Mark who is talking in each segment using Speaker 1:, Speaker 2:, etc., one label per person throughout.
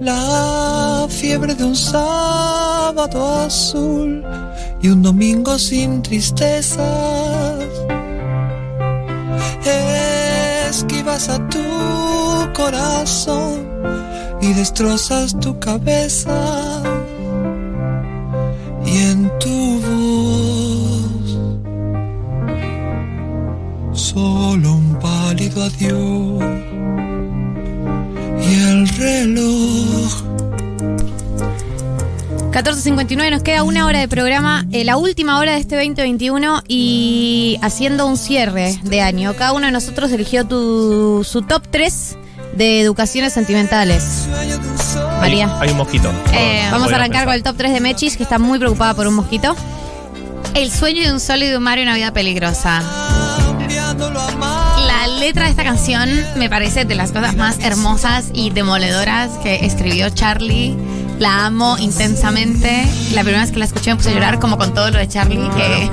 Speaker 1: la fiebre de un sábado azul y un domingo sin tristezas. Esquivas a tu corazón y destrozas tu cabeza. Y en tu voz solo un pálido adiós y el reloj.
Speaker 2: 14.59, nos queda una hora de programa, eh, la última hora de este 2021 y haciendo un cierre de año. Cada uno de nosotros eligió tu, su top 3 de educaciones sentimentales. María.
Speaker 3: Hay un mosquito.
Speaker 2: Eh,
Speaker 3: Perdón,
Speaker 2: vamos a
Speaker 3: podíamos
Speaker 2: arrancar con el top 3 de Mechis, que está muy preocupada por un mosquito.
Speaker 4: El sueño de un solo y de un mar y una vida peligrosa. La letra de esta canción me parece de las cosas más hermosas y demoledoras que escribió Charlie. La amo intensamente. La primera vez que la escuché me puse a llorar como con todo lo de Charlie. Que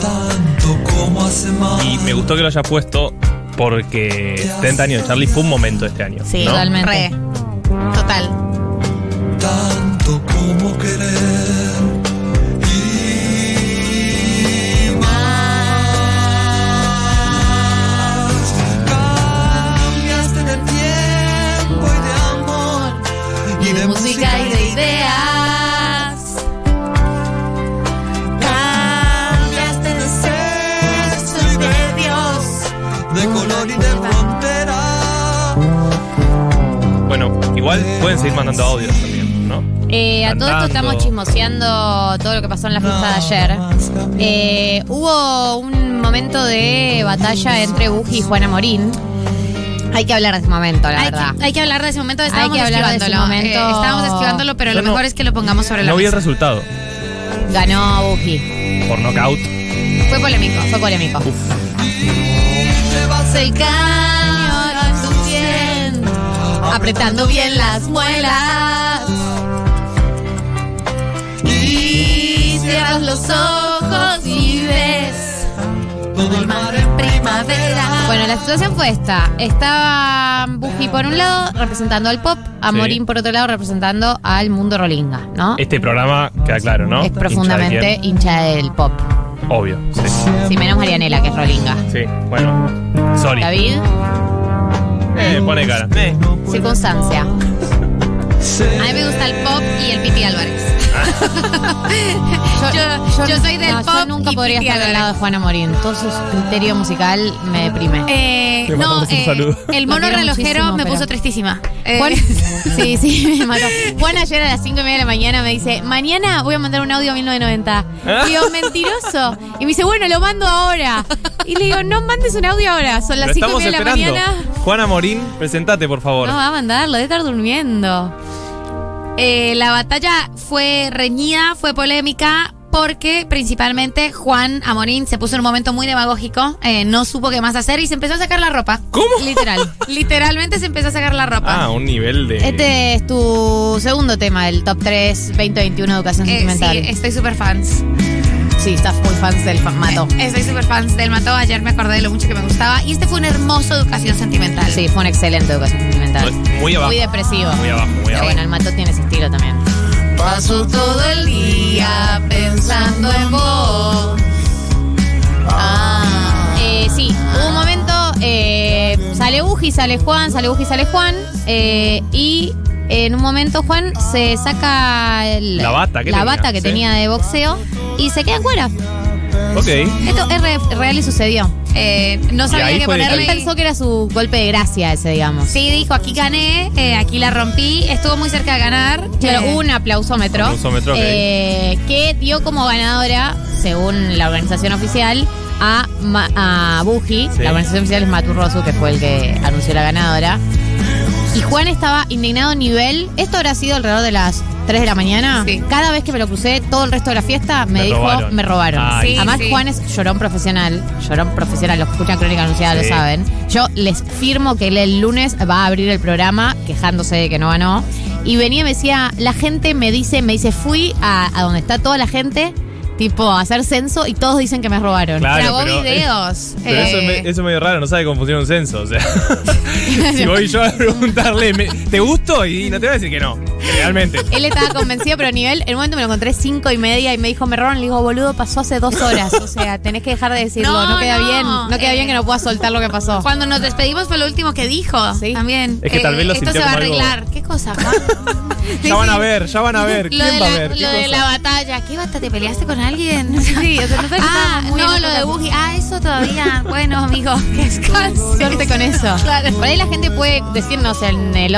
Speaker 1: Tanto como hace más.
Speaker 3: Y me gustó que lo haya puesto porque 70 años de Charlie fue un momento este año.
Speaker 2: Sí,
Speaker 3: ¿no?
Speaker 2: totalmente.
Speaker 4: re. Total.
Speaker 1: Tanto como querer. Y más. Cambiaste de tiempo y de amor.
Speaker 4: Y de música y de ideas.
Speaker 1: Cambiaste de sexo y de Dios. De color y de frontera.
Speaker 3: Bueno, igual pueden seguir mandando audios también, ¿no?
Speaker 2: Eh, a todo esto
Speaker 3: Cantando.
Speaker 2: estamos chismoseando todo lo que pasó en la fiesta de ayer. Eh, hubo un momento de batalla entre Buji y Juana Morín. Hay que hablar de ese momento, la
Speaker 4: Hay
Speaker 2: verdad.
Speaker 4: que, hay que hablar de ese momento. Estábamos
Speaker 2: que hablar de ese
Speaker 4: esquivándolo. eh,
Speaker 2: momento.
Speaker 4: estábamos esquivándolo, pero
Speaker 3: Yo
Speaker 4: lo
Speaker 3: no-
Speaker 4: mejor es que lo pongamos sobre la
Speaker 3: No vi el
Speaker 4: mesa.
Speaker 3: resultado.
Speaker 2: Ganó Buji.
Speaker 3: Por knockout.
Speaker 4: Fue polémico.
Speaker 2: Fue polémico.
Speaker 4: El cañón en tu piel, apretando bien las muelas. Y cierras los ojos y ves todo el mar en primavera.
Speaker 2: Bueno, la situación fue esta. Estaba Buji por un lado representando al pop, a
Speaker 3: Sí.
Speaker 2: Morín por otro lado representando al mundo rolinga, ¿no?
Speaker 3: Este programa queda claro, ¿no?
Speaker 2: es profundamente
Speaker 3: Hincha
Speaker 2: hincha del pop.
Speaker 3: de quién. Obvio, sí.
Speaker 2: Si menos Marianela, que es rolinga.
Speaker 3: Sí, bueno. Sorry.
Speaker 2: David,
Speaker 3: Eh, pone cara. Eh.
Speaker 2: circunstancia.
Speaker 4: a mí me gusta el pop y el Piti Álvarez. yo, yo soy del
Speaker 2: no,
Speaker 4: pop.
Speaker 2: Ah. Yo nunca
Speaker 4: y
Speaker 2: podría
Speaker 4: Piti
Speaker 2: estar al
Speaker 4: Álvarez.
Speaker 2: lado de Juana Morín. Todo su criterio musical me deprime.
Speaker 4: Eh,
Speaker 3: Te
Speaker 4: no,
Speaker 3: mandamos un
Speaker 4: eh,
Speaker 3: saludo.
Speaker 4: el
Speaker 2: Lo
Speaker 4: mono
Speaker 2: quiero
Speaker 4: relojero
Speaker 2: muchísimo,
Speaker 4: me
Speaker 2: pero-
Speaker 4: puso tristísima. Eh,
Speaker 2: Juan, sí, sí, me mató. Juan ayer a las 5 y media de la mañana me dice, mañana voy a mandar un audio a
Speaker 3: Ah.
Speaker 2: 1990. Digo, mentiroso. Y me dice, bueno, lo mando ahora. Y le digo, no mandes un audio ahora, son
Speaker 3: Lo
Speaker 2: las 5
Speaker 3: estamos
Speaker 2: y media de la
Speaker 3: esperando.
Speaker 2: mañana.
Speaker 3: Juana Morín, presentate, por favor.
Speaker 2: No va a mandarlo, debe estar durmiendo.
Speaker 4: Eh, la batalla fue reñida, fue polémica. Porque principalmente Juan Amorín se puso en un momento muy demagógico, eh, no supo qué más hacer y se empezó a sacar la ropa.
Speaker 3: ¿Cómo?
Speaker 4: Literal. Literalmente se empezó a sacar la ropa.
Speaker 3: Ah, un nivel de.
Speaker 2: Este es tu segundo tema, el top 3 2021 educación
Speaker 4: Eh,
Speaker 2: sentimental.
Speaker 4: sí, estoy super fans.
Speaker 2: sí, estás muy fan del fan- mato.
Speaker 4: Eh, estoy super fans del Mató. Ayer me acordé de lo mucho que me gustaba. Y este fue una hermosa educación sentimental.
Speaker 2: Sí, fue una excelente educación sentimental.
Speaker 3: Muy- Muy abajo.
Speaker 2: Muy depresivo.
Speaker 3: Muy abajo, muy
Speaker 2: Pero
Speaker 3: abajo.
Speaker 2: bueno, el mato tiene ese estilo también.
Speaker 4: Paso todo el día pensando en vos. Ah.
Speaker 2: Eh, sí, hubo un momento, eh, sale Buji, sale Juan, sale Buji, sale Juan, eh, y en un momento Juan se saca el-
Speaker 3: La bata que
Speaker 2: la
Speaker 3: tenía,
Speaker 2: bata que
Speaker 3: sí.
Speaker 2: tenía de boxeo y se queda fuera.
Speaker 3: Ok.
Speaker 2: Esto es re- real y sucedió.
Speaker 4: Eh, no
Speaker 3: ahí
Speaker 4: sabía qué
Speaker 3: fue
Speaker 4: ponerle.
Speaker 2: Él pensó que era su golpe de gracia ese, digamos.
Speaker 4: Sí, dijo, aquí gané, eh, aquí la rompí, estuvo muy cerca de ganar.
Speaker 2: Claro,
Speaker 4: Eh,
Speaker 2: hubo un aplausómetro.
Speaker 3: Aplausómetro, ok.
Speaker 2: eh, que dio como ganadora, según la organización oficial, a, Ma- a Buji.
Speaker 3: Sí.
Speaker 2: La organización oficial es Maturrosu, que fue el que anunció la ganadora. Y Juan estaba indignado a nivel. Esto habrá sido alrededor de las 3 de la mañana.
Speaker 4: Sí.
Speaker 2: Cada vez que me lo crucé, todo el resto de la fiesta me,
Speaker 3: Me
Speaker 2: dijo,
Speaker 3: robaron.
Speaker 2: me robaron.
Speaker 3: Ay.
Speaker 4: Sí,
Speaker 2: Además,
Speaker 4: sí.
Speaker 2: Juan es llorón profesional. Llorón profesional, los que escuchan Crónica Anunciada
Speaker 3: Sí.
Speaker 2: lo saben. Yo les firmo que él el lunes va a abrir el programa quejándose de que no ganó. Y venía y me decía, la gente me dice, me dice, fui a, a donde está toda la gente Tipo, hacer censo y todos dicen que me robaron.
Speaker 3: Claro,
Speaker 4: Grabó
Speaker 3: pero-
Speaker 4: videos.
Speaker 3: Pero eso, es
Speaker 4: eh,
Speaker 3: me- eso es medio raro, no sabe cómo funciona un censo. O sea, si voy yo a preguntarle, me- ¿te gusto? Y no te va a decir que no, realmente.
Speaker 2: Él estaba convencido, pero a nivel, en un momento me lo encontré cinco y media y me dijo, me robaron. Le digo, boludo, pasó hace dos horas. O sea, tenés que dejar de decirlo. No,
Speaker 4: No,
Speaker 2: queda
Speaker 4: no,
Speaker 2: bien. No queda
Speaker 4: eh.
Speaker 2: bien que no puedas soltar lo que pasó.
Speaker 4: Cuando nos despedimos fue lo último que dijo.
Speaker 2: Sí.
Speaker 4: También. eh,
Speaker 3: Es que tal vez lo
Speaker 4: Esto se
Speaker 3: sintió
Speaker 4: va a
Speaker 3: como algo-
Speaker 4: arreglar. ¿Qué cosa, Juan?
Speaker 3: Ya van a ver, ya van a ver.
Speaker 4: Lo, de
Speaker 3: ¿Quién va
Speaker 4: la,
Speaker 3: a ver? ¿Qué
Speaker 4: lo de
Speaker 3: cosa?
Speaker 4: la batalla. ¿Qué bata? ¿Te peleaste con alguien?
Speaker 2: Sí, o sea, nosotros
Speaker 4: ah,
Speaker 2: estábamos muy
Speaker 4: no, lo
Speaker 2: enojadas.
Speaker 4: de Bugi. Ah, eso todavía. Bueno, amigo, que
Speaker 2: Suerte
Speaker 4: descanse.
Speaker 2: con eso. Por ahí la gente puede decirnos en el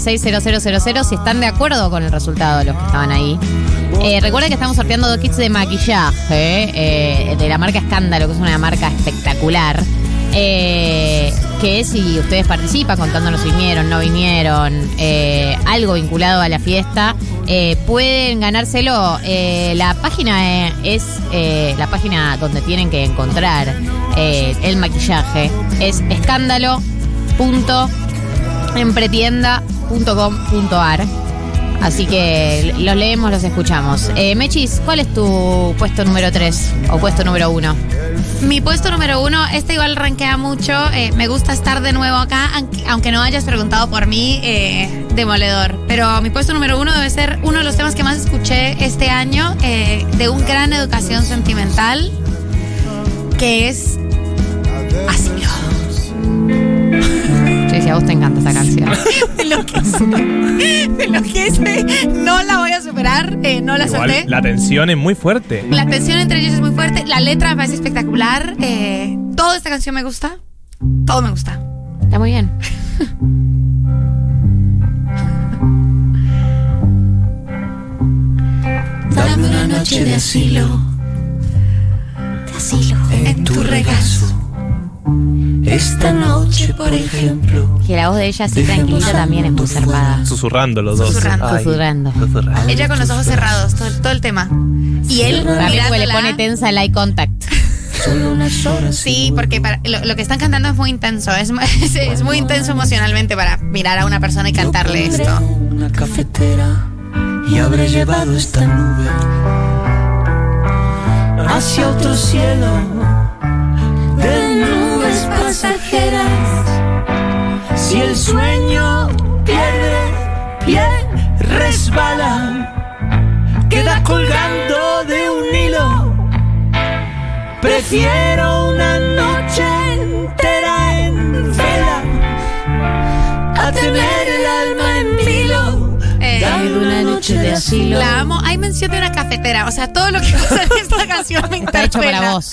Speaker 2: 1140-660000 si están de acuerdo con el resultado de los que estaban ahí. Eh, recuerden que estamos sorteando dos kits de maquillaje eh, de la marca Escándalo, que es una marca espectacular. Eh, que si ustedes participan contándonos si vinieron, no vinieron, eh, algo vinculado a la fiesta, eh, pueden ganárselo. Eh, la página eh, es eh, la página donde tienen que encontrar eh, el maquillaje. Es escándalo.empretienda.com.ar. Así que los leemos, los escuchamos. Eh, Mechis, ¿cuál es tu puesto número 3 o puesto número 1?
Speaker 4: Mi puesto número uno, este igual rankea mucho. eh, me gusta estar de nuevo acá, aunque, aunque no hayas preguntado por mí, eh, demoledor. Pero mi puesto número uno debe ser uno de los temas que más escuché este año eh, de un gran educación sentimental, que es asilo.
Speaker 2: Sí, sí, a vos te encanta esa canción.
Speaker 4: De lo que es, de lo que es, eh, no la voy a superar, eh, no la
Speaker 3: Igual,
Speaker 4: solté.
Speaker 3: la tensión es muy fuerte.
Speaker 4: La tensión entre ellos es muy fuerte, la letra me parece espectacular, eh, toda esta canción me gusta, todo me gusta.
Speaker 2: Está muy bien.
Speaker 1: Dame una noche de asilo,
Speaker 4: de asilo,
Speaker 1: en tu regazo. Esta noche, por ejemplo.
Speaker 2: Que la voz de ella así tranquilita también es muy zarpada.
Speaker 3: Susurrando los dos.
Speaker 4: Susurrando.
Speaker 1: Ay,
Speaker 2: Susurrando.
Speaker 1: susurrando.
Speaker 4: Ella con los ojos cerrados, todo, todo el tema. Y él
Speaker 2: Para mí porque le
Speaker 4: mirándola.
Speaker 2: pone tensa el eye contact.
Speaker 1: Solo unas horas.
Speaker 4: Sí, porque para- lo, lo que están cantando es muy intenso, es, mu- es- es muy intenso emocionalmente para mirar a una persona y cantarle
Speaker 1: Yo pondré
Speaker 4: esto.
Speaker 1: Una cafetera y habré llevado esta nube hacia otro cielo de nubes pasajeras. Si el sueño pierde pie, resbala, queda colgando de un hilo. Prefiero una noche entera en vela a tener el alma en vilo.
Speaker 4: Eh,
Speaker 1: Dame una noche de asilo.
Speaker 4: La amo. Hay mención de una cafetera. O sea, todo lo que pasa en esta canción me interpela.
Speaker 2: Está hecho para vos.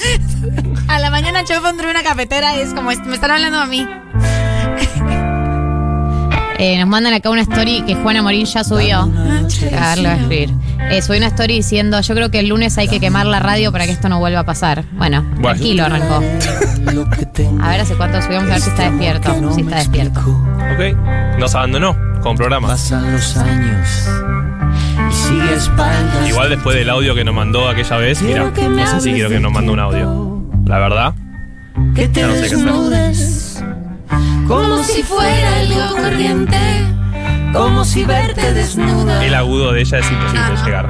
Speaker 4: A la mañana yo pondré una cafetera y es como, me están hablando a mí.
Speaker 2: Eh, nos mandan acá una story que Juana Morín ya subió. A ver, lo voy a escribir. Eh, subí una story diciendo, yo creo que el lunes hay que quemar la radio para que esto no vuelva a pasar. Bueno,
Speaker 3: Bueno.
Speaker 2: tranquilo arrancó.
Speaker 1: Lo que tengo
Speaker 2: A ver hace cuánto subimos, a ver si está
Speaker 1: es amor Este que
Speaker 2: despierto.
Speaker 1: no
Speaker 2: Si
Speaker 1: me
Speaker 2: está despierto.
Speaker 1: explico.
Speaker 3: Ok. Nos abandonó con programa.
Speaker 1: Pasan los años y sigue a espaldas.
Speaker 3: Igual después del audio que nos mandó aquella vez, mira,
Speaker 1: Quiero que me
Speaker 3: no sé si
Speaker 1: hables
Speaker 3: quiero
Speaker 1: de
Speaker 3: que nos mande un
Speaker 1: tu
Speaker 3: audio. La verdad.
Speaker 1: que te
Speaker 3: ya no sé qué hacer.
Speaker 1: desnudes. Como si fuera algo corriente. Como si verte desnuda.
Speaker 3: El agudo de ella es imposible de llegar.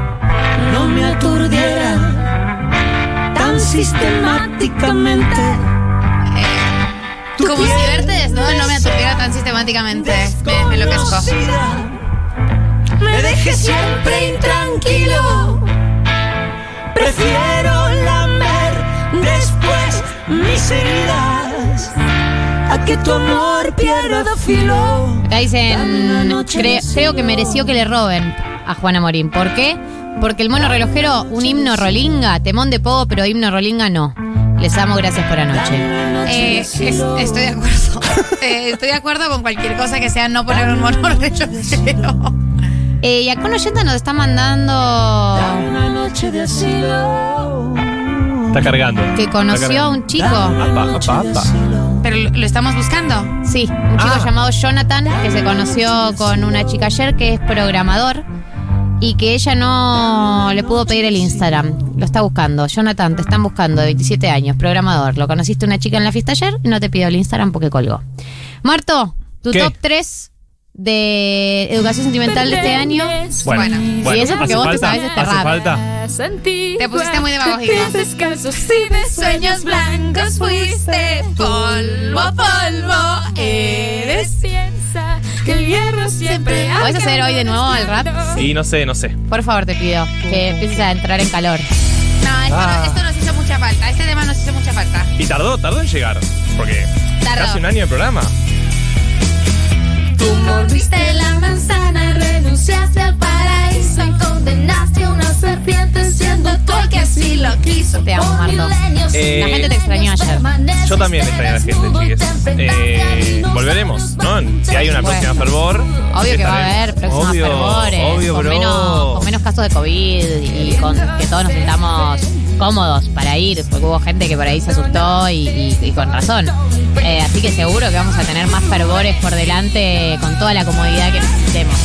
Speaker 1: no me aturdiera tan sistemáticamente. Tu
Speaker 4: Como si
Speaker 1: piel
Speaker 4: verte desnudo no me aturdiera tan sistemáticamente. Me, me enloquezco.
Speaker 1: Desconocida, Me deje siempre intranquilo. Prefiero lamer después mis heridas a que tu amor pierda filo.
Speaker 2: Acá
Speaker 1: Dame una
Speaker 2: dicen,
Speaker 1: noche
Speaker 2: "Cre-
Speaker 1: de cielo".
Speaker 2: creo que mereció que le roben a Juana Morín. ¿Por qué? Porque el mono relojero, un himno rolinga, temón de pogo, pero himno rolinga no. Les amo, gracias por anoche.
Speaker 4: Eh, es- estoy de acuerdo. Eh, estoy de acuerdo con cualquier cosa que sea no poner un mono de chocero.
Speaker 2: Eh, y acá un oyente nos está mandando
Speaker 1: Una noche de asilo.
Speaker 3: Está cargando.
Speaker 2: que conoció a un chico.
Speaker 3: Apa, apa, apa.
Speaker 4: Pero lo, lo estamos buscando.
Speaker 2: Sí, un chico
Speaker 3: Ah.
Speaker 2: llamado Jonathan que se conoció con una chica ayer que es programador y que ella no le pudo pedir el Instagram. Lo está buscando. Jonathan, te están buscando, de 27 años, programador. Lo conociste una chica en la fiesta ayer y no te pidió el Instagram porque colgó. Marto, tu
Speaker 3: ¿Qué?
Speaker 2: top 3 de educación sentimental de este año.
Speaker 3: Bueno,
Speaker 4: Bueno,
Speaker 3: bueno,
Speaker 2: y eso porque
Speaker 3: ¿hace
Speaker 2: vos te
Speaker 3: falta?
Speaker 2: sabés este
Speaker 3: ¿Hace
Speaker 2: rap.
Speaker 3: falta?
Speaker 4: Te pusiste muy demagógico.
Speaker 5: Descalzos y de sueños blancos fuiste polvo a polvo. Eres piensa que el hierro siempre ha
Speaker 2: ¿Podés hacer hoy de nuevo el rap?
Speaker 5: ganado.
Speaker 3: Sí, no sé, no sé.
Speaker 2: Por favor, te pido que empieces a entrar en calor.
Speaker 4: No, esto,
Speaker 3: Ah.
Speaker 4: no, esto nos hizo mucha falta. Este tema nos hizo mucha falta.
Speaker 3: Y tardó, tardó en llegar. Porque
Speaker 4: Tardó.
Speaker 3: casi un año de programa.
Speaker 5: Tú mordiste la manzana, renunciaste al paraíso y condenaste a una serpiente siendo tú el que así lo quiso.
Speaker 2: Te amo, Mardo.
Speaker 3: Eh,
Speaker 2: La gente te extrañó ayer.
Speaker 3: Yo también extraño a la gente, chiques. Eh, volveremos, ¿no? Si hay una
Speaker 2: Bueno.
Speaker 3: próxima fervor.
Speaker 2: Obvio que va a
Speaker 3: estaremos.
Speaker 2: haber próximas
Speaker 3: obvio,
Speaker 2: fervores,
Speaker 3: Obvio,
Speaker 2: con,
Speaker 3: bro.
Speaker 2: menos, con menos casos de COVID y con que todos nos sentamos cómodos para ir, porque hubo gente que por ahí se asustó y, y- y con razón. Eh, así que seguro que vamos a tener más fervores por delante con toda la comodidad que necesitemos.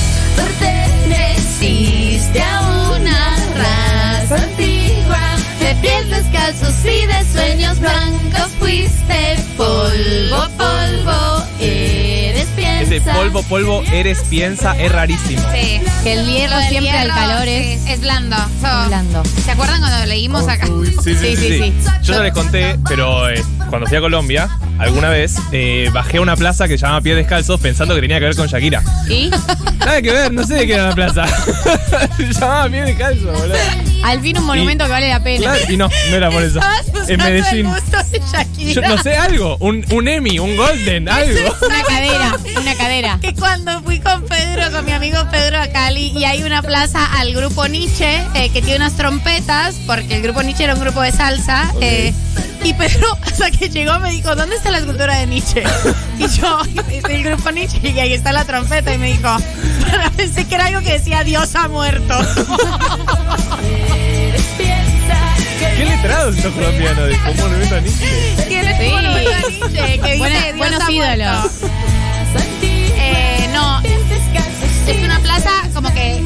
Speaker 5: Perteneciste a una raza antigua de pies descalzos y de sueños blancos. Fuiste polvo, polvo, eres piensa.
Speaker 3: Ese polvo, polvo, eres, piensa, es rarísimo.
Speaker 4: Sí.
Speaker 2: Que el hierro
Speaker 4: Lo del
Speaker 2: siempre al
Speaker 4: hierro,
Speaker 2: calor
Speaker 4: sí,
Speaker 2: es
Speaker 4: es blando. So,
Speaker 2: blando.
Speaker 4: ¿Se acuerdan cuando leímos acá?
Speaker 3: Sí,
Speaker 2: Sí,
Speaker 3: sí, sí,
Speaker 2: sí,
Speaker 3: sí. Yo no les conté, pero eh, cuando fui a Colombia, alguna vez eh, bajé a una plaza que se llamaba Pies Descalzos pensando que tenía que ver con Shakira.
Speaker 2: ¿Y?
Speaker 3: Nada que ver, no sé de qué era la plaza. se llamaba Pies Descalzos, boludo.
Speaker 2: Al fin un monumento que vale la pena.
Speaker 3: Claro, y no, no era por eso.
Speaker 4: Estabas
Speaker 3: En
Speaker 4: buscando
Speaker 3: Medellín.
Speaker 4: el gusto de Shakira.
Speaker 3: Yo no sé, algo. Un, un Emmy, un Golden, algo.
Speaker 2: Una cadera, una cadera.
Speaker 4: que cuando fui con Pedro, con mi amigo Pedro a Cali, y hay una plaza al grupo Nietzsche eh, que tiene unas trompetas, porque el grupo Nietzsche era un grupo de salsa. eh, y Pedro, hasta que llegó, me dijo: ¿Dónde está la escultura de Nietzsche? Y yo, es el grupo Nietzsche, y ahí está la trompeta. Y me dijo: "Para- Pensé que era algo que decía Dios ha muerto.
Speaker 3: ¿Qué letrados estos colombianos? Dijo, un monumento a Nietzsche.
Speaker 4: ¿Quién es
Speaker 2: Sí.
Speaker 4: el monumento de Nietzsche? Que dice
Speaker 2: Buena-
Speaker 4: Dios
Speaker 2: buenos
Speaker 4: ha muerto"?
Speaker 2: ídolos.
Speaker 4: Eh, no, es una plaza como que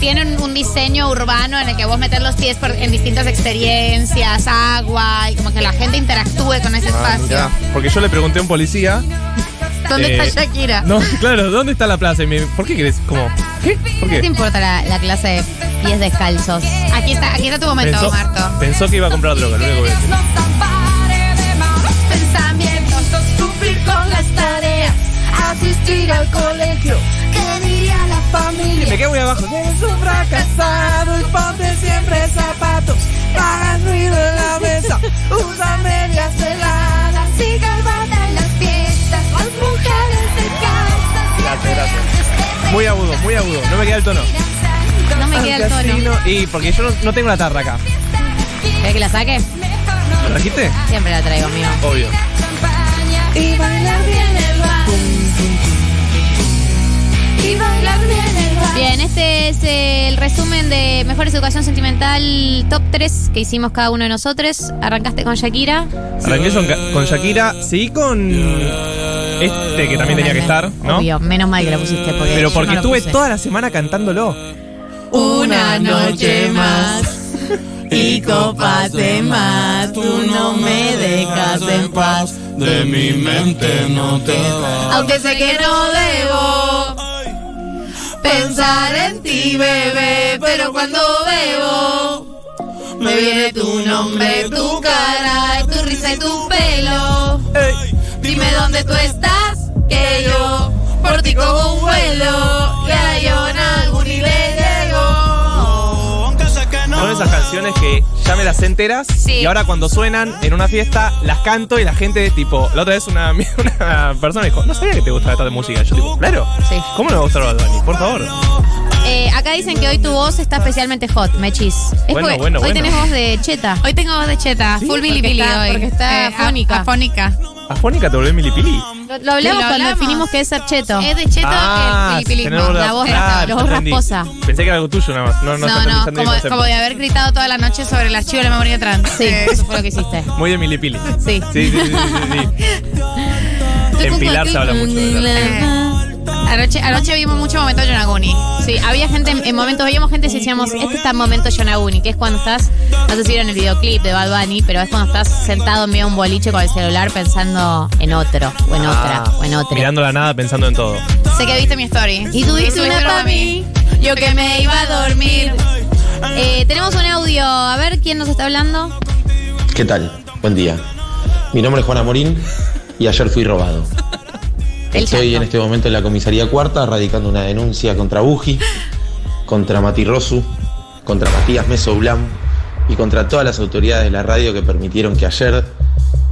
Speaker 4: tienen un diseño urbano en el que vos meter los pies por- en distintas experiencias, agua, y como que la gente interactúe con ese
Speaker 3: Ah,
Speaker 4: espacio.
Speaker 3: mirá, Porque yo le pregunté a un policía.
Speaker 4: ¿Dónde
Speaker 3: Eh,
Speaker 4: está Shakira?
Speaker 3: No, claro, ¿dónde está la plaza? Y me- ¿Por qué querés? Como, ¿qué? ¿Por
Speaker 2: ¿Qué te
Speaker 3: qué?
Speaker 2: importa la, la clase de pies descalzos?
Speaker 4: Aquí está, aquí está tu momento,
Speaker 3: Pensó,
Speaker 4: Marto.
Speaker 3: pensó que iba a comprar droga, lo único que voy a decir.
Speaker 5: Pensamientos, cumplir con las tareas, asistir al colegio, que diría la familia.
Speaker 3: Me quedo muy abajo.
Speaker 1: Es un fracasado y ponte siempre zapatos. Hagan ruido en la mesa.
Speaker 5: Usa medias heladas, sigue el bata en las fiestas, las mujeres de casa.
Speaker 3: Gracias, gracias. Muy agudo, muy agudo. No me queda el tono.
Speaker 2: No me queda el tono.
Speaker 3: Y porque yo no, no tengo la tarra acá.
Speaker 2: ¿Querés que la saque?
Speaker 3: ¿La trajiste?
Speaker 2: Siempre la traigo, mío.
Speaker 3: Obvio.
Speaker 5: Y bailar bien el bar. Y bailar bien el bar.
Speaker 2: Bien, este es el resumen de Mejores Educación Sentimental Top 3 que hicimos cada uno de nosotros. Arrancaste con Shakira.
Speaker 3: Arranqué con, con Shakira, seguí con este que también tenía que estar, ¿no?
Speaker 2: Obvio, menos mal que la pusiste. Porque
Speaker 3: Pero
Speaker 2: yo
Speaker 3: porque
Speaker 2: no la
Speaker 3: estuve
Speaker 2: puse.
Speaker 3: toda la semana cantándolo.
Speaker 2: Una noche más
Speaker 1: y copas de más. Tú no me dejas en paz. De mi mente no te vas.
Speaker 2: Aunque sé que no debo
Speaker 1: pensar en ti, bebé, pero cuando bebo me viene tu nombre, tu cara, y tu risa y tu pelo. Dime dónde tú estás, que yo por ti como un vuelo y a yo en algún y le llego.
Speaker 3: Son esas canciones que ya me las sé enteras
Speaker 4: Sí.
Speaker 3: y ahora cuando suenan en una fiesta las canto y la gente tipo, la otra vez una, una persona dijo, no sabía que te gustaba esta música. Yo digo, claro,
Speaker 2: Sí.
Speaker 3: ¿cómo no me gustaba Bad Bunny? Por favor.
Speaker 2: Eh, acá dicen que hoy tu voz está especialmente hot, Mechis. Es
Speaker 3: Bueno,
Speaker 2: porque
Speaker 3: bueno,
Speaker 2: hoy
Speaker 3: bueno.
Speaker 2: tenés voz de cheta.
Speaker 4: Hoy tengo voz de cheta, full bilibili
Speaker 2: está-
Speaker 4: hoy.
Speaker 2: porque está
Speaker 4: a-
Speaker 2: afónica.
Speaker 4: afónica.
Speaker 3: ¿Afónica te volvió milipili?
Speaker 2: Lo, lo hablamos Eh,
Speaker 4: Sí, lo
Speaker 2: cuando
Speaker 4: hablamos.
Speaker 2: definimos que es ser cheto.
Speaker 4: Es de cheto
Speaker 3: Ah,
Speaker 4: el
Speaker 3: tener
Speaker 4: bilibilismo, la voz de
Speaker 3: ah,
Speaker 2: Ah, la
Speaker 3: ya
Speaker 2: voz
Speaker 3: entendí.
Speaker 2: rasposa.
Speaker 3: Pensé que era algo tuyo nada más. No, no,
Speaker 4: No,
Speaker 3: estoy
Speaker 4: no,
Speaker 3: pensando en
Speaker 4: como,
Speaker 3: el concepto.
Speaker 4: como de haber gritado toda la noche sobre el archivo de la memoria trans.
Speaker 2: Sí,
Speaker 4: Eh,
Speaker 2: eso fue lo que hiciste.
Speaker 3: Muy de milipili.
Speaker 2: Sí.
Speaker 3: Sí, sí, sí, sí, sí. En Pilar se habla mucho de eso.
Speaker 4: Mm, eh, Anoche, anoche vimos mucho momento Yonaguni.
Speaker 2: Sí, había gente, en momentos veíamos gente y decíamos, este está en momento Yonaguni, que es cuando estás, no sé si vieron el videoclip de Bad Bunny, pero es cuando estás sentado en medio de un boliche con el celular pensando en otro, o en otra, o en otra.
Speaker 3: Ah, Mirando la nada, pensando en todo.
Speaker 4: Sé que viste mi story.
Speaker 2: Y tú dices
Speaker 4: Estuviste
Speaker 2: una para
Speaker 4: broma
Speaker 2: mí, yo que me iba a dormir. Eh, tenemos un audio, a ver quién nos está hablando.
Speaker 6: ¿Qué tal? Buen día. Mi nombre es Juana Morín y ayer fui robado.
Speaker 2: El
Speaker 6: Estoy
Speaker 2: Chaco.
Speaker 6: en este momento en la comisaría cuarta radicando una denuncia contra Buji, contra Mati Rosu, contra Matías Meso Blam y contra todas las autoridades de la radio que permitieron que ayer,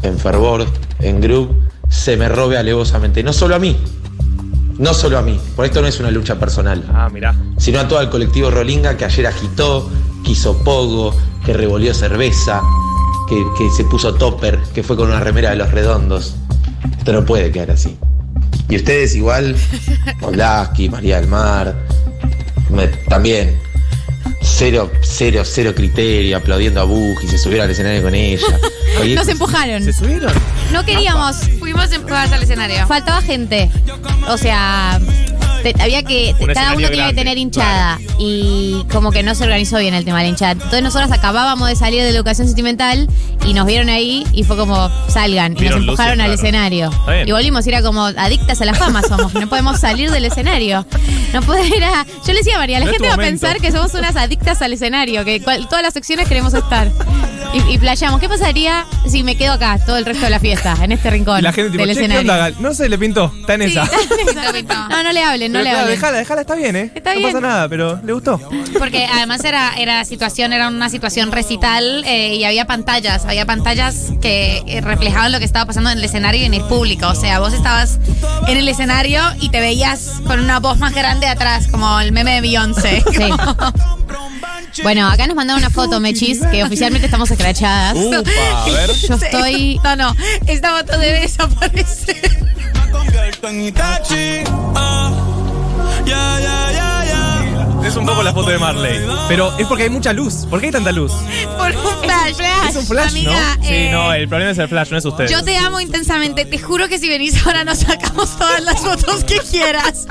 Speaker 6: en Fervor, en Group, se me robe alevosamente. No solo a mí, no solo a mí, por esto no es una lucha personal
Speaker 3: Ah, mirá.
Speaker 6: sino a todo el colectivo Rolinga que ayer agitó, que hizo pogo, que revolvió cerveza, que, que se puso topper, que fue con una remera de los redondos. Esto no puede quedar así. Y ustedes igual, Olaski, María del Mar, me- también. Cero, cero, cero criterio, aplaudiendo a Buji, se subieron al escenario con ella. Oye,
Speaker 2: Nos empujaron.
Speaker 3: ¿Se subieron?
Speaker 2: No queríamos,
Speaker 4: Fuimos empujadas al escenario.
Speaker 2: faltaba gente. O sea, te- había que.
Speaker 3: Un
Speaker 2: cada uno
Speaker 3: escenario
Speaker 2: tenía que
Speaker 3: grande,
Speaker 2: tener hinchada. Y como que no se organizó bien el tema de la hinchada. Entonces nosotras acabábamos de salir de la educación sentimental y nos vieron ahí y fue como, salgan. Y nos
Speaker 3: Vieron
Speaker 2: empujaron
Speaker 3: luces,
Speaker 2: al
Speaker 3: claro.
Speaker 2: escenario.
Speaker 3: Está bien.
Speaker 2: Y volvimos, y era como adictas a la fama somos. No podemos salir del escenario. No poder ir a- Yo le decía a María, la
Speaker 3: No es tu
Speaker 2: gente va a
Speaker 3: momento.
Speaker 2: pensar que somos unas adictas al escenario, que cual- todas las secciones queremos estar. Y, y playamos. ¿Qué pasaría si me quedo acá todo el resto de la fiesta, en este rincón
Speaker 3: Y la gente tipo,
Speaker 2: del
Speaker 3: che, ¿qué
Speaker 2: escenario?
Speaker 3: onda, Gal? No sé, le pintó. Está en esa.
Speaker 2: No, no le hablen, no
Speaker 3: Pero
Speaker 2: le
Speaker 3: claro,
Speaker 2: hablen.
Speaker 3: dejala, dejala, está bien, ¿eh?
Speaker 2: Está
Speaker 3: no
Speaker 2: bien.
Speaker 3: pasa nada, pero le gustó.
Speaker 4: Porque además era, era situación, era una situación recital eh, y había pantallas, había pantallas que eh, reflejaban lo que estaba pasando en el escenario y en el público. O sea, vos estabas en el escenario y te veías con una voz más grande atrás, como el meme de Beyoncé.
Speaker 2: Sí. Bueno, acá nos mandaron una foto, Mechis, que oficialmente estamos escrachadas.
Speaker 3: Uh,
Speaker 2: Este
Speaker 3: Upa, a ver.
Speaker 2: Yo estoy.
Speaker 4: No, no, esta foto debe desaparecer.
Speaker 3: Es un poco la foto de Marley. Pero es porque hay mucha luz. ¿Por qué hay tanta luz?
Speaker 4: Por un flash.
Speaker 3: Es un flash,
Speaker 4: Amiga,
Speaker 3: ¿no?
Speaker 4: eh,
Speaker 3: sí, no, el problema es el flash, no es usted.
Speaker 4: Yo te amo intensamente. Te juro que si venís ahora nos sacamos todas las fotos que quieras.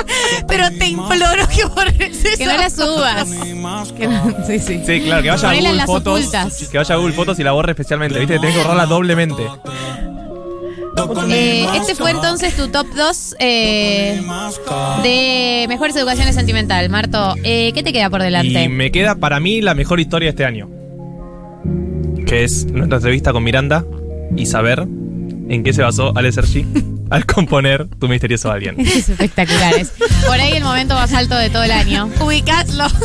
Speaker 4: Pero te imploro que borres eso.
Speaker 2: Que no la subas. Que no- sí, sí.
Speaker 3: Sí, claro, que vaya a
Speaker 2: Ponela en
Speaker 3: Google
Speaker 2: las
Speaker 3: Fotos.
Speaker 2: ocultas.
Speaker 3: Que vaya a Google Fotos y la borre especialmente, ¿viste? Tenés que borrarla doblemente.
Speaker 2: Eh, este fue entonces tu top 2 de mejores educaciones sentimental, Marto. Eh, ¿Qué te queda por
Speaker 3: Y
Speaker 2: delante?
Speaker 3: me queda para mí la mejor historia de este año. Que es nuestra entrevista con Miranda y saber en qué se basó Ale Sergi al componer Tu misterioso alguien.
Speaker 2: Es Espectaculares. Por ahí el momento más alto de todo el año.
Speaker 4: Ubicadlos.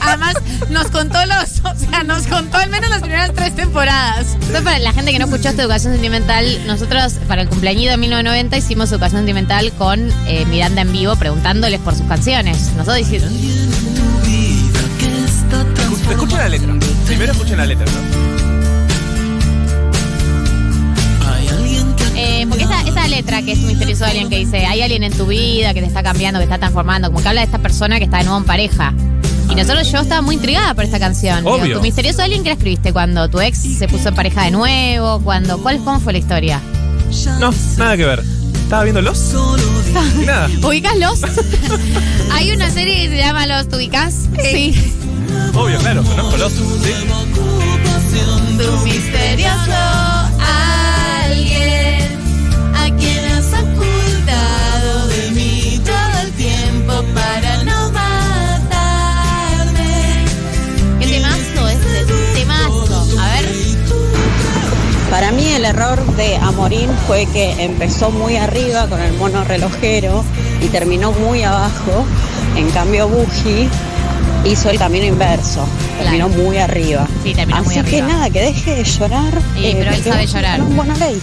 Speaker 4: Además, nos contó los. O sea, nos contó al menos las primeras tres temporadas.
Speaker 2: Entonces, para la gente que no escuchó esta educación sentimental, nosotros para el cumpleañito de 1990 hicimos educación sentimental con eh, Miranda en vivo preguntándoles por sus canciones. Nosotros hicimos.
Speaker 3: Escuchen la letra. Primero escuchen la letra.
Speaker 2: Eh, porque esa, esa letra que es un misterioso alien que dice, hay alguien en tu vida que te está cambiando, que está transformando, como que habla de esta persona que está de nuevo en pareja. Y nosotros, yo estaba muy intrigada por esta canción. Digo,
Speaker 3: Obvio.
Speaker 2: tu misterioso alien que la escribiste cuando tu ex se puso en pareja de nuevo, cuando, ¿cuál cómo fue la historia?
Speaker 3: No, nada que ver. Estaba viendo los. Y nada.
Speaker 2: ¿Ubicas los?
Speaker 4: Hay una serie que se llama Los Tubicas. Sí.
Speaker 3: Obvio, claro, conozco los. Sí.
Speaker 5: Tu misterioso alguien a quien has ocultado de mí todo el tiempo para no matarme.
Speaker 2: ¿Qué temazo este? Temazo. A ver.
Speaker 7: Para mí el error de Amorín fue que empezó muy arriba con el mono relojero y terminó muy abajo. En cambio Buji hizo el camino inverso, terminó muy arriba.
Speaker 2: Sí, terminó muy
Speaker 7: Así que
Speaker 2: arriba.
Speaker 7: nada, que deje de llorar. eh,
Speaker 2: Sí, pero él
Speaker 7: porque
Speaker 2: sabe
Speaker 7: Buji
Speaker 2: llorar.
Speaker 7: ganó Un buena ley.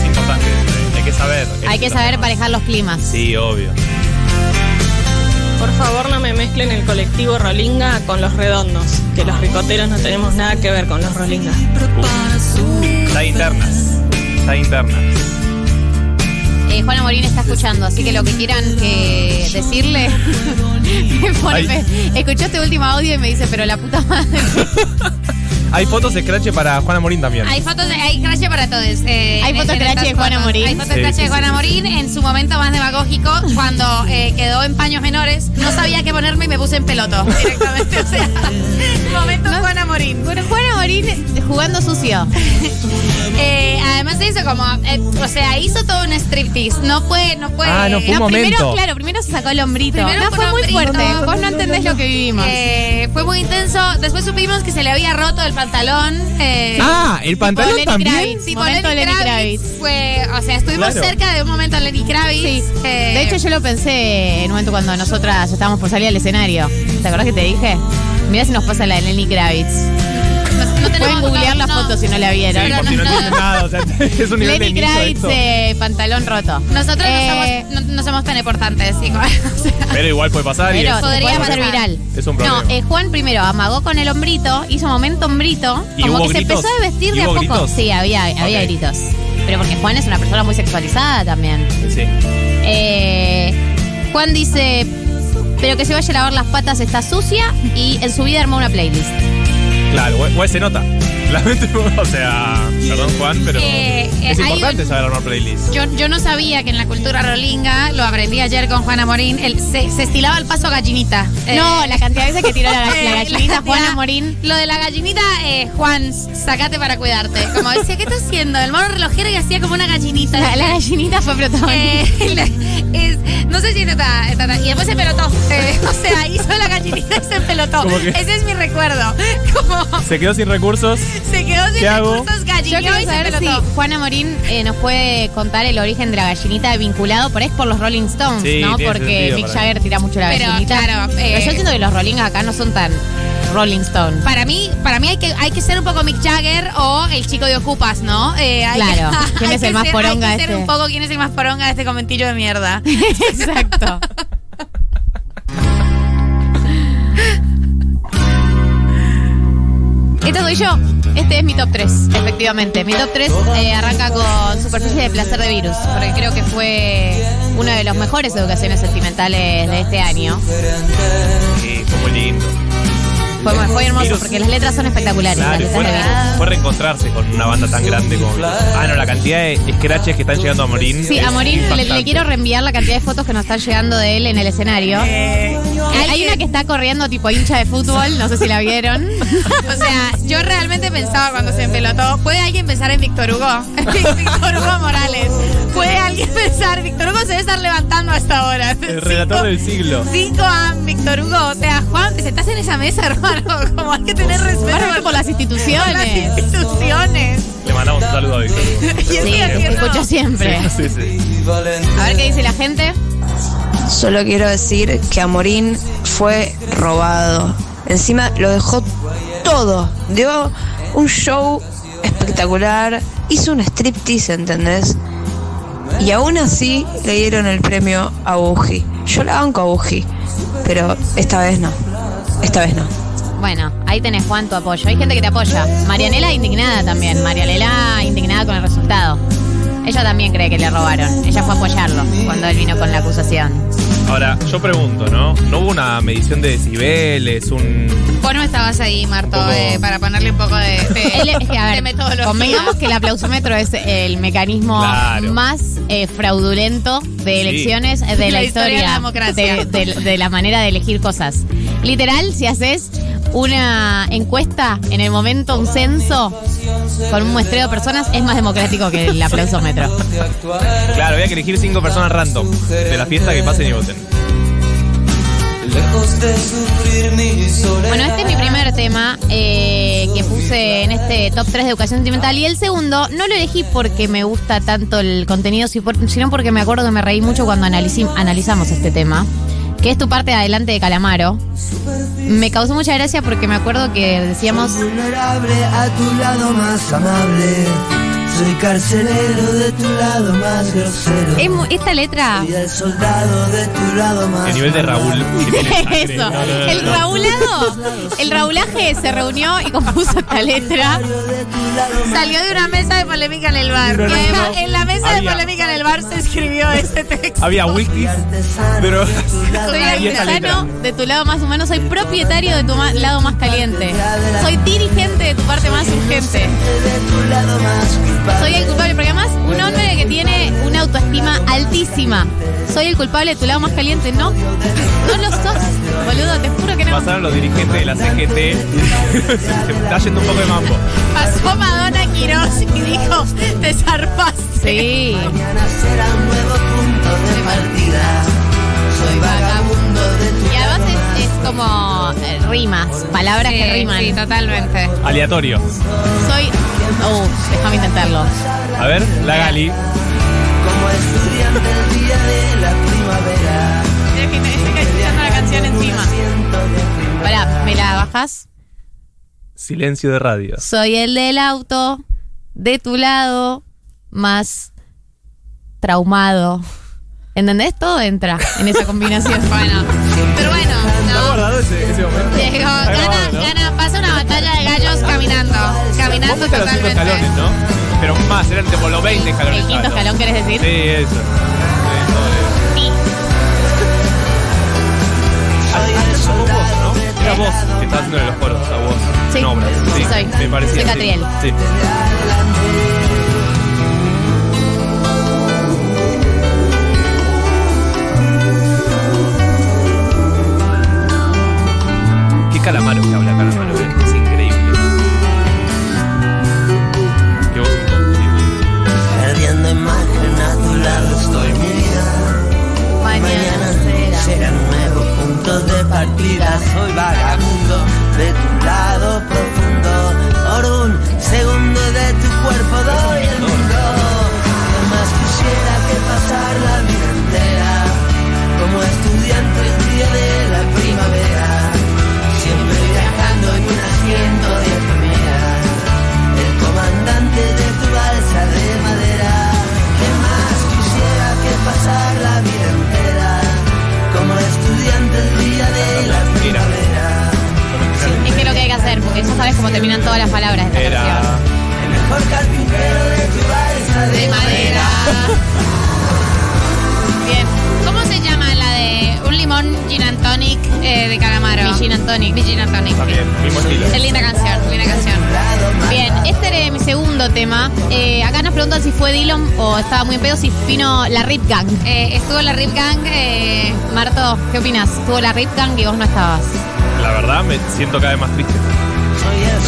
Speaker 3: Es importante. eh, Hay que saber.
Speaker 2: Hay que saber
Speaker 3: para
Speaker 2: parejar los climas.
Speaker 3: Sí, obvio.
Speaker 8: Por favor, no me mezclen el colectivo Rolinga con los redondos, que los ricoteros no tenemos nada que ver con los Rolingas.
Speaker 3: Está interna. Está interna.
Speaker 2: Eh, Juana Morín está escuchando, así que lo que quieran que decirle, me pone-
Speaker 3: Ay.
Speaker 2: me- escuchó este último audio y me dice, pero la puta madre.
Speaker 3: Hay fotos de Scratch para Juana Morín también.
Speaker 4: Hay fotos, de- hay crash para todos. eh,
Speaker 2: Hay
Speaker 4: en-
Speaker 2: fotos
Speaker 4: en
Speaker 2: crash
Speaker 4: estas
Speaker 2: de Juana
Speaker 4: fotos.
Speaker 2: Morín.
Speaker 4: Hay fotos
Speaker 3: Sí,
Speaker 4: crash
Speaker 3: sí,
Speaker 4: de
Speaker 3: sí,
Speaker 4: Juana Morín en su momento más demagógico cuando eh, quedó en paños menores. No sabía qué ponerme y me puse en peloto directamente. O sea, momento Juana Morín.
Speaker 2: Bueno, Juana Morín jugando sucio.
Speaker 4: Eh, además se hizo como, eh, o sea, hizo todo un striptease. No fue, no fue.
Speaker 3: Ah, no fue un
Speaker 2: No, primero,
Speaker 3: momento.
Speaker 2: claro, primero se sacó el hombrito.
Speaker 4: Primero
Speaker 2: no,
Speaker 4: fue
Speaker 2: fue
Speaker 4: un
Speaker 2: muy
Speaker 4: hombrito.
Speaker 2: fuerte. Vos no entendés lo que vivimos.
Speaker 4: Eh, fue muy intenso. Después supimos que se le había roto el pantalón. eh,
Speaker 9: Ah, el pantalón
Speaker 2: Lenny
Speaker 9: también.
Speaker 2: Kravitz.
Speaker 4: Sí, por
Speaker 2: Momento
Speaker 4: Lenny
Speaker 2: Lenny
Speaker 4: Kravitz. Fue, o sea, estuvimos
Speaker 3: Claro.
Speaker 4: cerca de un momento Lenny Kravitz.
Speaker 2: Sí.
Speaker 4: eh,
Speaker 2: De hecho, yo lo pensé en un momento cuando nosotras estábamos por salir al escenario. ¿Te acordás que te dije? Mirá si nos pasa la de Lenny Kravitz.
Speaker 4: no, no tenemos-
Speaker 2: Pueden googlear
Speaker 4: no,
Speaker 2: la
Speaker 4: no.
Speaker 2: foto si no la vieron.
Speaker 4: Sí,
Speaker 3: por si no
Speaker 4: no.
Speaker 3: entienden nada, o sea, es un nivel
Speaker 2: Lenny
Speaker 3: de nicho
Speaker 2: Kravitz,
Speaker 3: esto.
Speaker 2: eh, pantalón roto.
Speaker 4: Nosotros
Speaker 2: Eh,
Speaker 4: no, somos, no- no somos tan importantes, igual. O sea,
Speaker 3: Pero igual puede pasar y
Speaker 2: Pero
Speaker 3: es,
Speaker 2: se
Speaker 4: Podría
Speaker 2: puede hacer
Speaker 4: pasar.
Speaker 2: viral.
Speaker 3: es un
Speaker 2: No,
Speaker 3: problema.
Speaker 2: eh, Juan primero amagó con el hombrito, hizo momento hombrito,
Speaker 3: ¿Y
Speaker 2: como
Speaker 3: hubo
Speaker 2: que
Speaker 3: gritos?
Speaker 2: se empezó a vestir
Speaker 3: ¿Y
Speaker 2: de a
Speaker 3: hubo
Speaker 2: poco.
Speaker 3: gritos?
Speaker 2: Sí, había, había
Speaker 3: Ok.
Speaker 2: gritos. Pero porque Juan es una persona muy sexualizada también.
Speaker 3: Sí.
Speaker 2: Eh, Juan dice, pero que se vaya a lavar las patas, está sucia y en su vida armó una playlist.
Speaker 3: Claro, igual igual se nota. Lamento, o sea, perdón Juan, pero
Speaker 4: Eh, eh,
Speaker 3: es
Speaker 4: hay
Speaker 3: importante saber armar playlist.
Speaker 4: yo, yo no sabía que en la cultura rolinga, lo aprendí ayer con Juana Morín, el- se, se estilaba el paso a gallinita. Eh,
Speaker 2: No, la cantidad de veces que tiró la,
Speaker 4: eh,
Speaker 2: la gallinita
Speaker 4: la
Speaker 2: Juana
Speaker 4: cantidad-
Speaker 2: Morín.
Speaker 4: Lo de la gallinita, eh, Juan, sacate para cuidarte. Como decía, ¿qué estás haciendo? El mono relojero y hacía como una gallinita.
Speaker 2: La, la gallinita fue protagonista.
Speaker 4: Eh, la- es- no sé si te está, está- está- Y después se pelotó. Eh, o sea, hizo la gallinita y se pelotó.
Speaker 3: Como que-
Speaker 4: Ese es mi recuerdo. Como
Speaker 3: Se quedó sin recursos.
Speaker 4: se quedó sin
Speaker 3: ¿Qué hago?
Speaker 4: recursos,
Speaker 2: Yo
Speaker 4: gallinó
Speaker 2: quiero
Speaker 4: y se
Speaker 2: saber si
Speaker 4: pelotó.
Speaker 2: Juana Morín eh, nos puede contar el origen de la gallinita vinculado por ahí es por los Rolling Stones,
Speaker 3: Sí,
Speaker 2: ¿no?
Speaker 3: tiene
Speaker 2: Porque
Speaker 3: sentido
Speaker 2: Mick
Speaker 3: para
Speaker 2: Jagger tira mucho la
Speaker 4: Pero,
Speaker 2: gallinita.
Speaker 4: claro, eh,
Speaker 2: Pero yo siento que los Rolling acá no son tan Rolling Stones.
Speaker 4: Para mí, para mí hay que, hay que ser un poco Mick Jagger o el chico de Ocupas, ¿no? Eh, hay
Speaker 2: Claro.
Speaker 4: que-
Speaker 2: ¿Quién
Speaker 4: hay
Speaker 2: es
Speaker 4: que
Speaker 2: el más
Speaker 4: ser-
Speaker 2: poronga
Speaker 4: Hay que ser
Speaker 2: este?
Speaker 4: un poco quién es el más poronga de este comentillo de mierda.
Speaker 2: Exacto. Este soy yo. Este es mi top 3, efectivamente. Mi top 3
Speaker 4: eh,
Speaker 2: arranca con Superficie de Placer de Virus, porque creo que fue uno de los mejores educaciones sentimentales de este año.
Speaker 3: Sí, fue muy lindo.
Speaker 2: Fue, fue hermoso,
Speaker 3: Virus.
Speaker 2: porque las letras son espectaculares. las
Speaker 3: Claro,
Speaker 2: letras
Speaker 3: fue,
Speaker 2: de Virus.
Speaker 3: fue reencontrarse con una banda tan grande como. Ah, no, la cantidad de scratches que están llegando a Morín.
Speaker 2: Sí,
Speaker 3: es
Speaker 2: a Morín le,
Speaker 3: impactante.
Speaker 2: le quiero reenviar la cantidad de fotos que nos están llegando de él en el escenario. hay Eh, hay una que está corriendo tipo hincha de fútbol, no sé si la vieron.
Speaker 4: O sea, yo realmente pensaba cuando se empelotó, ¿puede alguien pensar en Víctor Hugo? Víctor Hugo Morales. ¿Puede alguien pensar? Víctor Hugo se debe estar levantando hasta ahora.
Speaker 3: El relator del siglo.
Speaker 4: 5 a Víctor Hugo. O sea, Juan, te sentás en esa mesa, hermano. Como hay que tener respeto
Speaker 2: Ahora
Speaker 4: por,
Speaker 2: por las
Speaker 4: las
Speaker 2: instituciones.
Speaker 4: instituciones.
Speaker 3: Le mandamos un saludo a Víctor.
Speaker 4: Y es
Speaker 2: Sí, te
Speaker 4: divertido.
Speaker 2: escucho siempre.
Speaker 3: Sí, sí.
Speaker 2: A ver qué dice la gente.
Speaker 10: Solo quiero decir que Amorín fue robado. Encima lo dejó todo. Dio un show espectacular. Hizo un striptease, ¿entendés? Y aún así le dieron el premio a Buji. Yo la banco a Buji, pero esta vez no. Esta vez no.
Speaker 2: Bueno, ahí tenés Juan tu apoyo. Hay gente que te apoya. Marianela indignada también. Marianela indignada con el resultado. Ella también cree que le robaron. Ella fue a apoyarlo cuando él vino con la acusación.
Speaker 3: Ahora, yo pregunto, ¿no? ¿No hubo una medición de decibeles? Un.
Speaker 4: Vos no estabas ahí, Marto,
Speaker 3: Un poco-
Speaker 4: eh, para ponerle un poco de, de,
Speaker 2: Él es- es que, a
Speaker 4: de
Speaker 2: ver,
Speaker 4: metodología.
Speaker 2: convengamos que el aplausómetro es el mecanismo
Speaker 3: Claro.
Speaker 2: más eh, fraudulento de elecciones eh, de la,
Speaker 4: La historia
Speaker 2: historia,
Speaker 4: de la democracia.
Speaker 2: de- de- de la manera de elegir cosas. Literal, si haces una encuesta en el momento, un censo con un muestreo de personas, es más democrático que el aplausómetro.
Speaker 3: Claro, había que elegir cinco personas random de la fiesta que pasen y voten.
Speaker 2: Bueno, este es mi primer tema eh, que puse en este top 3 de educación sentimental. Y el segundo, no lo elegí porque me gusta tanto el contenido, si por- sino porque me acuerdo que me reí mucho cuando analici- analizamos este tema, que es tu parte de adelante de Calamaro. Me causó mucha gracia porque me acuerdo que decíamos,
Speaker 11: vulnerable a tu lado más amable. Soy carcelero de tu lado más grosero.
Speaker 2: "Es mu- esta letra...
Speaker 11: Soy el soldado de tu lado más
Speaker 3: El nivel de Raúl. que tiene sangre. No,
Speaker 2: Eso,
Speaker 3: no, no,
Speaker 2: el
Speaker 3: no.
Speaker 2: raulado, el raulaje se reunió y compuso esta letra.
Speaker 4: Salió de una mesa de polémica en el bar.
Speaker 3: No, no,
Speaker 4: Que
Speaker 3: no.
Speaker 4: En la mesa
Speaker 3: Había-
Speaker 4: de polémica en el bar se escribió este texto.
Speaker 3: Había whisky, drogas.
Speaker 2: Soy
Speaker 3: Y esta
Speaker 2: artesano de tu lado más humano, soy propietario de tu ma- lado más caliente. Soy dirigente de tu parte más urgente.
Speaker 11: de tu lado más
Speaker 2: Soy el culpable, porque además un hombre que tiene una autoestima altísima. Soy el culpable de tu lado más caliente, ¿no? No lo sos, boludo, te juro que no.
Speaker 3: Pasaron los dirigentes de la CGT. Se me está yendo un poco de mambo.
Speaker 2: Pasó Madonna Quiroz y dijo, te zarpaste. Sí.
Speaker 1: Mañana será un nuevo punto de partida. Soy vagabundo de tu
Speaker 2: Y además es, es como eh, rimas, palabras que riman. Eh, Sí, totalmente.
Speaker 3: Aleatorio.
Speaker 2: Soy. Oh, déjame intentarlo.
Speaker 3: A ver, la Gali.
Speaker 1: como estudiante el día de la primavera.
Speaker 2: escuchando la canción encima. Pará, ¿me la bajas?
Speaker 3: Silencio de radio.
Speaker 2: Soy el del auto, de tu lado, más traumado. ¿Entendés? Todo entra en esa combinación. bueno, pero bueno,
Speaker 3: ¿Has
Speaker 2: no.
Speaker 3: guardado ese, ese momento?
Speaker 2: Llegó,
Speaker 3: Está
Speaker 2: gana,
Speaker 3: grabado, ¿no?
Speaker 2: gana, pasa una batalla de gallos caminando.
Speaker 3: Vos
Speaker 2: Caminando
Speaker 3: fuiste a los cinco escalones,
Speaker 2: totalmente.
Speaker 3: ¿no? Pero más, eran tipo los 20 escalones.
Speaker 2: ¿El quinto
Speaker 3: ¿no?
Speaker 2: escalón querés decir?
Speaker 3: Sí, eso. Sí, todo
Speaker 2: Sí.
Speaker 3: eso. Ah, ah, sos vos, ¿no? Era vos que estabas haciendo de los coros, a vos.
Speaker 2: Sí.
Speaker 3: No, obras. sí,
Speaker 2: Soy.
Speaker 3: Me parecía.
Speaker 2: Soy
Speaker 3: sí.
Speaker 2: Catriel.
Speaker 3: Sí. Qué calamaro que habla calamaro, eh. es increíble. Qué voz inconfundible.
Speaker 1: Perdiendo imagen a tu lado estoy mi vida. Mañana será un nuevo punto de partida. Soy vagabundo de tu lado profundo. Por un segundo de tu cuerpo doy el mundo. Yo más quisiera que pasar la vida entera. Como estudiante el día de la primavera. Siempre viajando en un asiento de primera. El comandante de tu balsa de madera. Que más quisiera que pasar la vida entera. Como estudiante el día de la primavera.
Speaker 2: Es que lo que hay que hacer, porque ya sabes cómo terminan todas las palabras de esta
Speaker 3: Era.
Speaker 2: canción.
Speaker 1: El mejor carpintero de tu balsa
Speaker 2: De madera. Bien. ¿Cómo se llama la de un limón gin and tonic eh, de calamaro? Mi gin and tonic. Mi gin and tonic.
Speaker 3: También, mismo estilo.
Speaker 2: Es linda canción, linda canción. Bien, este era mi segundo tema. Eh, acá nos preguntan si fue Dylan o estaba muy en pedo, si vino la Rip Gang.
Speaker 4: Eh,
Speaker 2: estuvo la Rip Gang. Marto, ¿qué opinas? Estuvo la Rip Gang y vos no estabas.
Speaker 3: La verdad me siento cada vez más triste.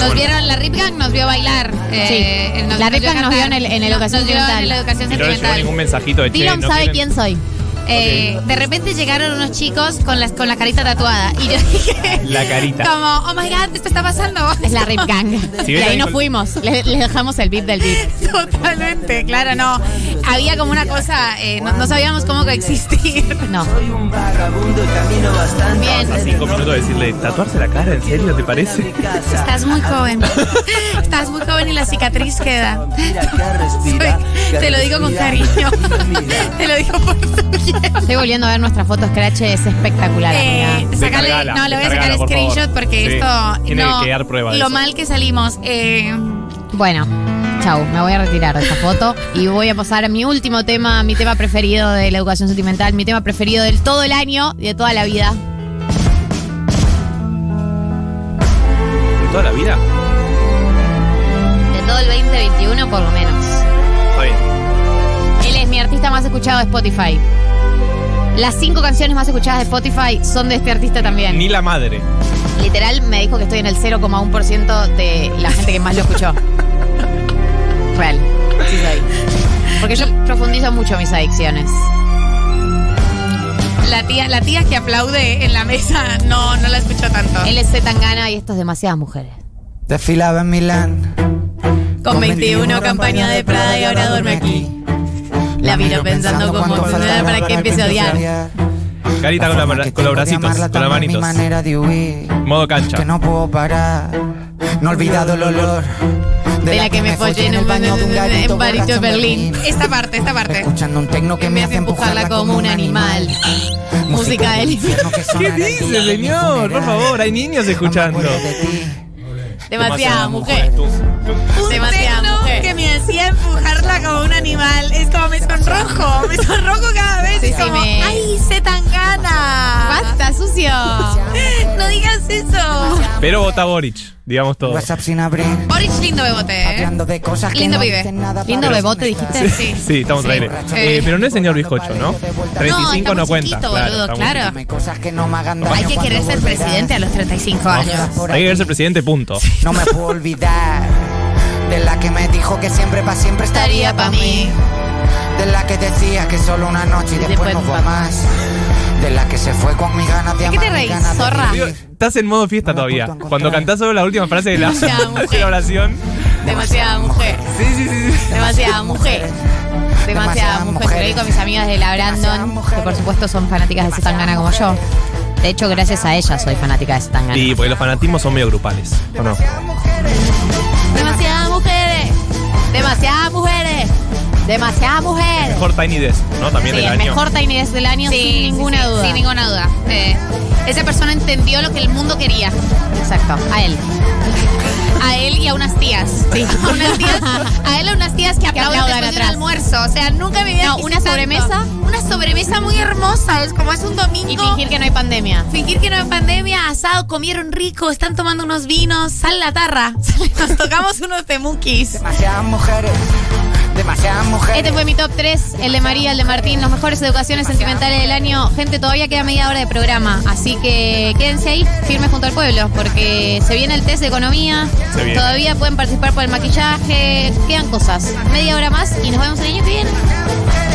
Speaker 4: Nos vieron, la Rip Gang nos vio bailar. eh,
Speaker 2: Sí.
Speaker 4: nos-
Speaker 2: La Rip
Speaker 4: vio
Speaker 2: Gang nos vio en el- en
Speaker 4: Nos-
Speaker 2: el Educación
Speaker 4: nos vio en
Speaker 2: Sentimental.
Speaker 4: la educación
Speaker 3: Y no le llegó
Speaker 4: sentimental.
Speaker 3: ningún mensajito de che,
Speaker 12: Dylan
Speaker 3: ¿no
Speaker 12: sabe
Speaker 3: quieren?
Speaker 12: quién soy.
Speaker 4: Eh, de repente llegaron unos chicos con, las, con la carita tatuada. Y yo dije,
Speaker 3: La carita.
Speaker 4: como, oh my god, esto está pasando.
Speaker 2: Es la Rip Gang.
Speaker 3: Si
Speaker 2: y
Speaker 3: ves
Speaker 2: ahí
Speaker 3: ahí
Speaker 2: nos
Speaker 3: con-
Speaker 2: fuimos. Les, les dejamos el beat del beat.
Speaker 4: Totalmente, claro, no. Había como una cosa, eh, no, no sabíamos cómo existir.
Speaker 2: No.
Speaker 1: Soy un vagabundo y camino bastante.
Speaker 4: Bien.
Speaker 3: A cinco minutos de decirle, ¿tatuarse la cara? ¿En serio te parece?
Speaker 4: Estás muy joven. Estás muy joven y la cicatriz queda.
Speaker 1: Mira que respira,
Speaker 4: Soy-
Speaker 1: que
Speaker 4: te lo digo con
Speaker 1: respira,
Speaker 4: cariño.
Speaker 1: mira.
Speaker 4: Te lo digo por tu bien.
Speaker 2: Estoy volviendo a ver nuestra foto Scratch, es espectacular.
Speaker 4: Eh,
Speaker 2: amiga.
Speaker 4: sacale-
Speaker 3: Descargala,
Speaker 4: no, le voy a
Speaker 3: descargala,
Speaker 4: sacar
Speaker 3: por favor.
Speaker 4: screenshot porque
Speaker 3: Sí,
Speaker 4: esto.
Speaker 3: tiene
Speaker 4: no,
Speaker 3: que quedar prueba de
Speaker 4: Lo
Speaker 3: eso.
Speaker 4: mal que salimos. Eh,
Speaker 2: Bueno, chau, me voy a retirar de esta foto y voy a pasar a mi último tema, mi tema preferido de la educación sentimental, mi tema preferido del todo el año y de toda la vida.
Speaker 3: ¿De toda la vida?
Speaker 2: De todo el 2021 por lo menos.
Speaker 3: Está bien.
Speaker 2: Él es mi artista más escuchado de Spotify. Las cinco canciones más escuchadas de Spotify son de este artista también.
Speaker 3: Ni la madre.
Speaker 2: Literal me dijo que estoy en el 0,1% de la gente que más lo escuchó. Real. Sí soy. Porque yo profundizo mucho mis adicciones.
Speaker 4: la tía, la tía que aplaude en la mesa no, no la escucho tanto.
Speaker 2: Él es tan gana y esto es demasiadas mujeres.
Speaker 1: Desfilaba en Milán.
Speaker 4: Con 21 campaña de Prada y ahora duerme aquí. La miro pensando como
Speaker 1: faltaba
Speaker 4: para que empiece a odiar.
Speaker 3: Carita con, la mano- con los bracitos, con las manitos.
Speaker 1: de huir.
Speaker 3: Modo cancha.
Speaker 1: Que no puedo parar. No he olvidado el olor. De,
Speaker 4: de la que me follé en un baño
Speaker 1: de un garito
Speaker 4: en París
Speaker 1: borracho
Speaker 4: de Berlín. Esta parte, esta parte.
Speaker 1: Escuchando un tecno que me hace empujarla como un animal.
Speaker 2: Música del infierno
Speaker 3: ¿Qué dice, señor? Por favor, hay niños escuchando.
Speaker 2: Demasiada mujer.
Speaker 4: Un
Speaker 2: Demasiada
Speaker 4: tecno
Speaker 2: mujer.
Speaker 4: que me hacía empujarla como un animal. Es como me sonrojo, me sonrojo cada vez.
Speaker 2: Sí,
Speaker 4: es
Speaker 2: sí,
Speaker 4: como,
Speaker 2: me-
Speaker 4: ¡ay, se tan gana!
Speaker 2: Basta, sucio.
Speaker 4: No digas eso.
Speaker 3: Pero vota Boric, digamos todo.
Speaker 11: WhatsApp sin abrir.
Speaker 4: Boris lindo bebote, ¿eh?
Speaker 11: Hablando de cosas que
Speaker 4: Lindo
Speaker 11: no
Speaker 4: pibe.
Speaker 11: dicen nada
Speaker 2: Lindo
Speaker 11: para
Speaker 2: bebote,
Speaker 11: desconectar.
Speaker 2: dijiste.
Speaker 4: Sí.
Speaker 3: Sí, estamos al aire.
Speaker 4: Eh,
Speaker 3: Eh, pero no es señor bizcocho, ¿no? 35
Speaker 4: está
Speaker 3: no
Speaker 4: muy
Speaker 3: cuenta.
Speaker 4: chiquito,
Speaker 3: claro,
Speaker 4: boludo,
Speaker 3: está muy
Speaker 4: claro.
Speaker 3: chiquito.
Speaker 11: Dime cosas que no me hagan daño.
Speaker 4: Hay que
Speaker 11: cuando
Speaker 4: querer ser
Speaker 11: volverás.
Speaker 4: presidente a los 35
Speaker 3: Ah.
Speaker 4: años.
Speaker 11: por
Speaker 3: Hay que
Speaker 11: aquí.
Speaker 3: verse presidente, punto.
Speaker 11: No me puedo olvidar de la que me dijo que siempre pa' siempre estaría pa' mí. De la que decía que solo una noche y después no fue más. De la que se fue con mis ganas de
Speaker 4: qué
Speaker 11: amar.
Speaker 4: te
Speaker 11: mis
Speaker 4: reís,
Speaker 11: ganas de
Speaker 4: zorra?
Speaker 3: Digo,
Speaker 11: vivir.
Speaker 3: estás en modo fiesta
Speaker 11: No la
Speaker 3: todavía.
Speaker 11: puedo encontrar.
Speaker 3: Cuando cantás sobre la última frase de la,
Speaker 4: Ya, mujer.
Speaker 3: de la oración.
Speaker 4: Demasiada mujer.
Speaker 3: Sí, sí, sí. sí.
Speaker 4: Demasiada mujer. Demasiada
Speaker 11: Demasiadas
Speaker 4: mujer.
Speaker 11: mujeres.
Speaker 4: Lo vi con mis amigas de la Brandon, que por supuesto son fanáticas de Zetangana como yo.
Speaker 1: De hecho, gracias a ella soy fanática de Zetangana.
Speaker 3: Y porque los fanatismos son medio grupales, ¿o no?
Speaker 4: Demasiadas mujeres. Demasiadas mujeres. Demasiadas mujeres.
Speaker 3: Mejor Tiny Desk, ¿no? También
Speaker 2: Sí,
Speaker 3: del
Speaker 2: el
Speaker 3: año.
Speaker 2: mejor Tiny Desk del año, sin ninguna duda.
Speaker 4: Sin ninguna duda. Eh, esa persona entendió lo que el mundo quería.
Speaker 2: Exacto, a él.
Speaker 4: A él y a unas tías. A unas tías. A él y a unas tías que aplauden,
Speaker 2: aplaudan
Speaker 4: después de un
Speaker 2: atrás.
Speaker 4: almuerzo. O sea, nunca me había
Speaker 2: No, ¿una sobremesa?
Speaker 4: Una sobremesa muy hermosa. Es como es un domingo.
Speaker 2: Y fingir que no hay pandemia.
Speaker 4: Fingir que no hay pandemia, asado, comieron rico, están tomando unos vinos, sal la tarra. Nos tocamos unos temuquis.
Speaker 11: Demasiadas mujeres, demasiadas mujeres.
Speaker 2: Este fue mi top 3, el de María, el de Martín, los mejores educaciones sentimentales del año. Gente, todavía queda media hora de programa, así que quédense ahí, firmes junto al pueblo, porque se viene el test de economía,
Speaker 3: Se viene.
Speaker 2: todavía pueden participar por el maquillaje, quedan cosas. Media hora más y nos vemos el año que viene.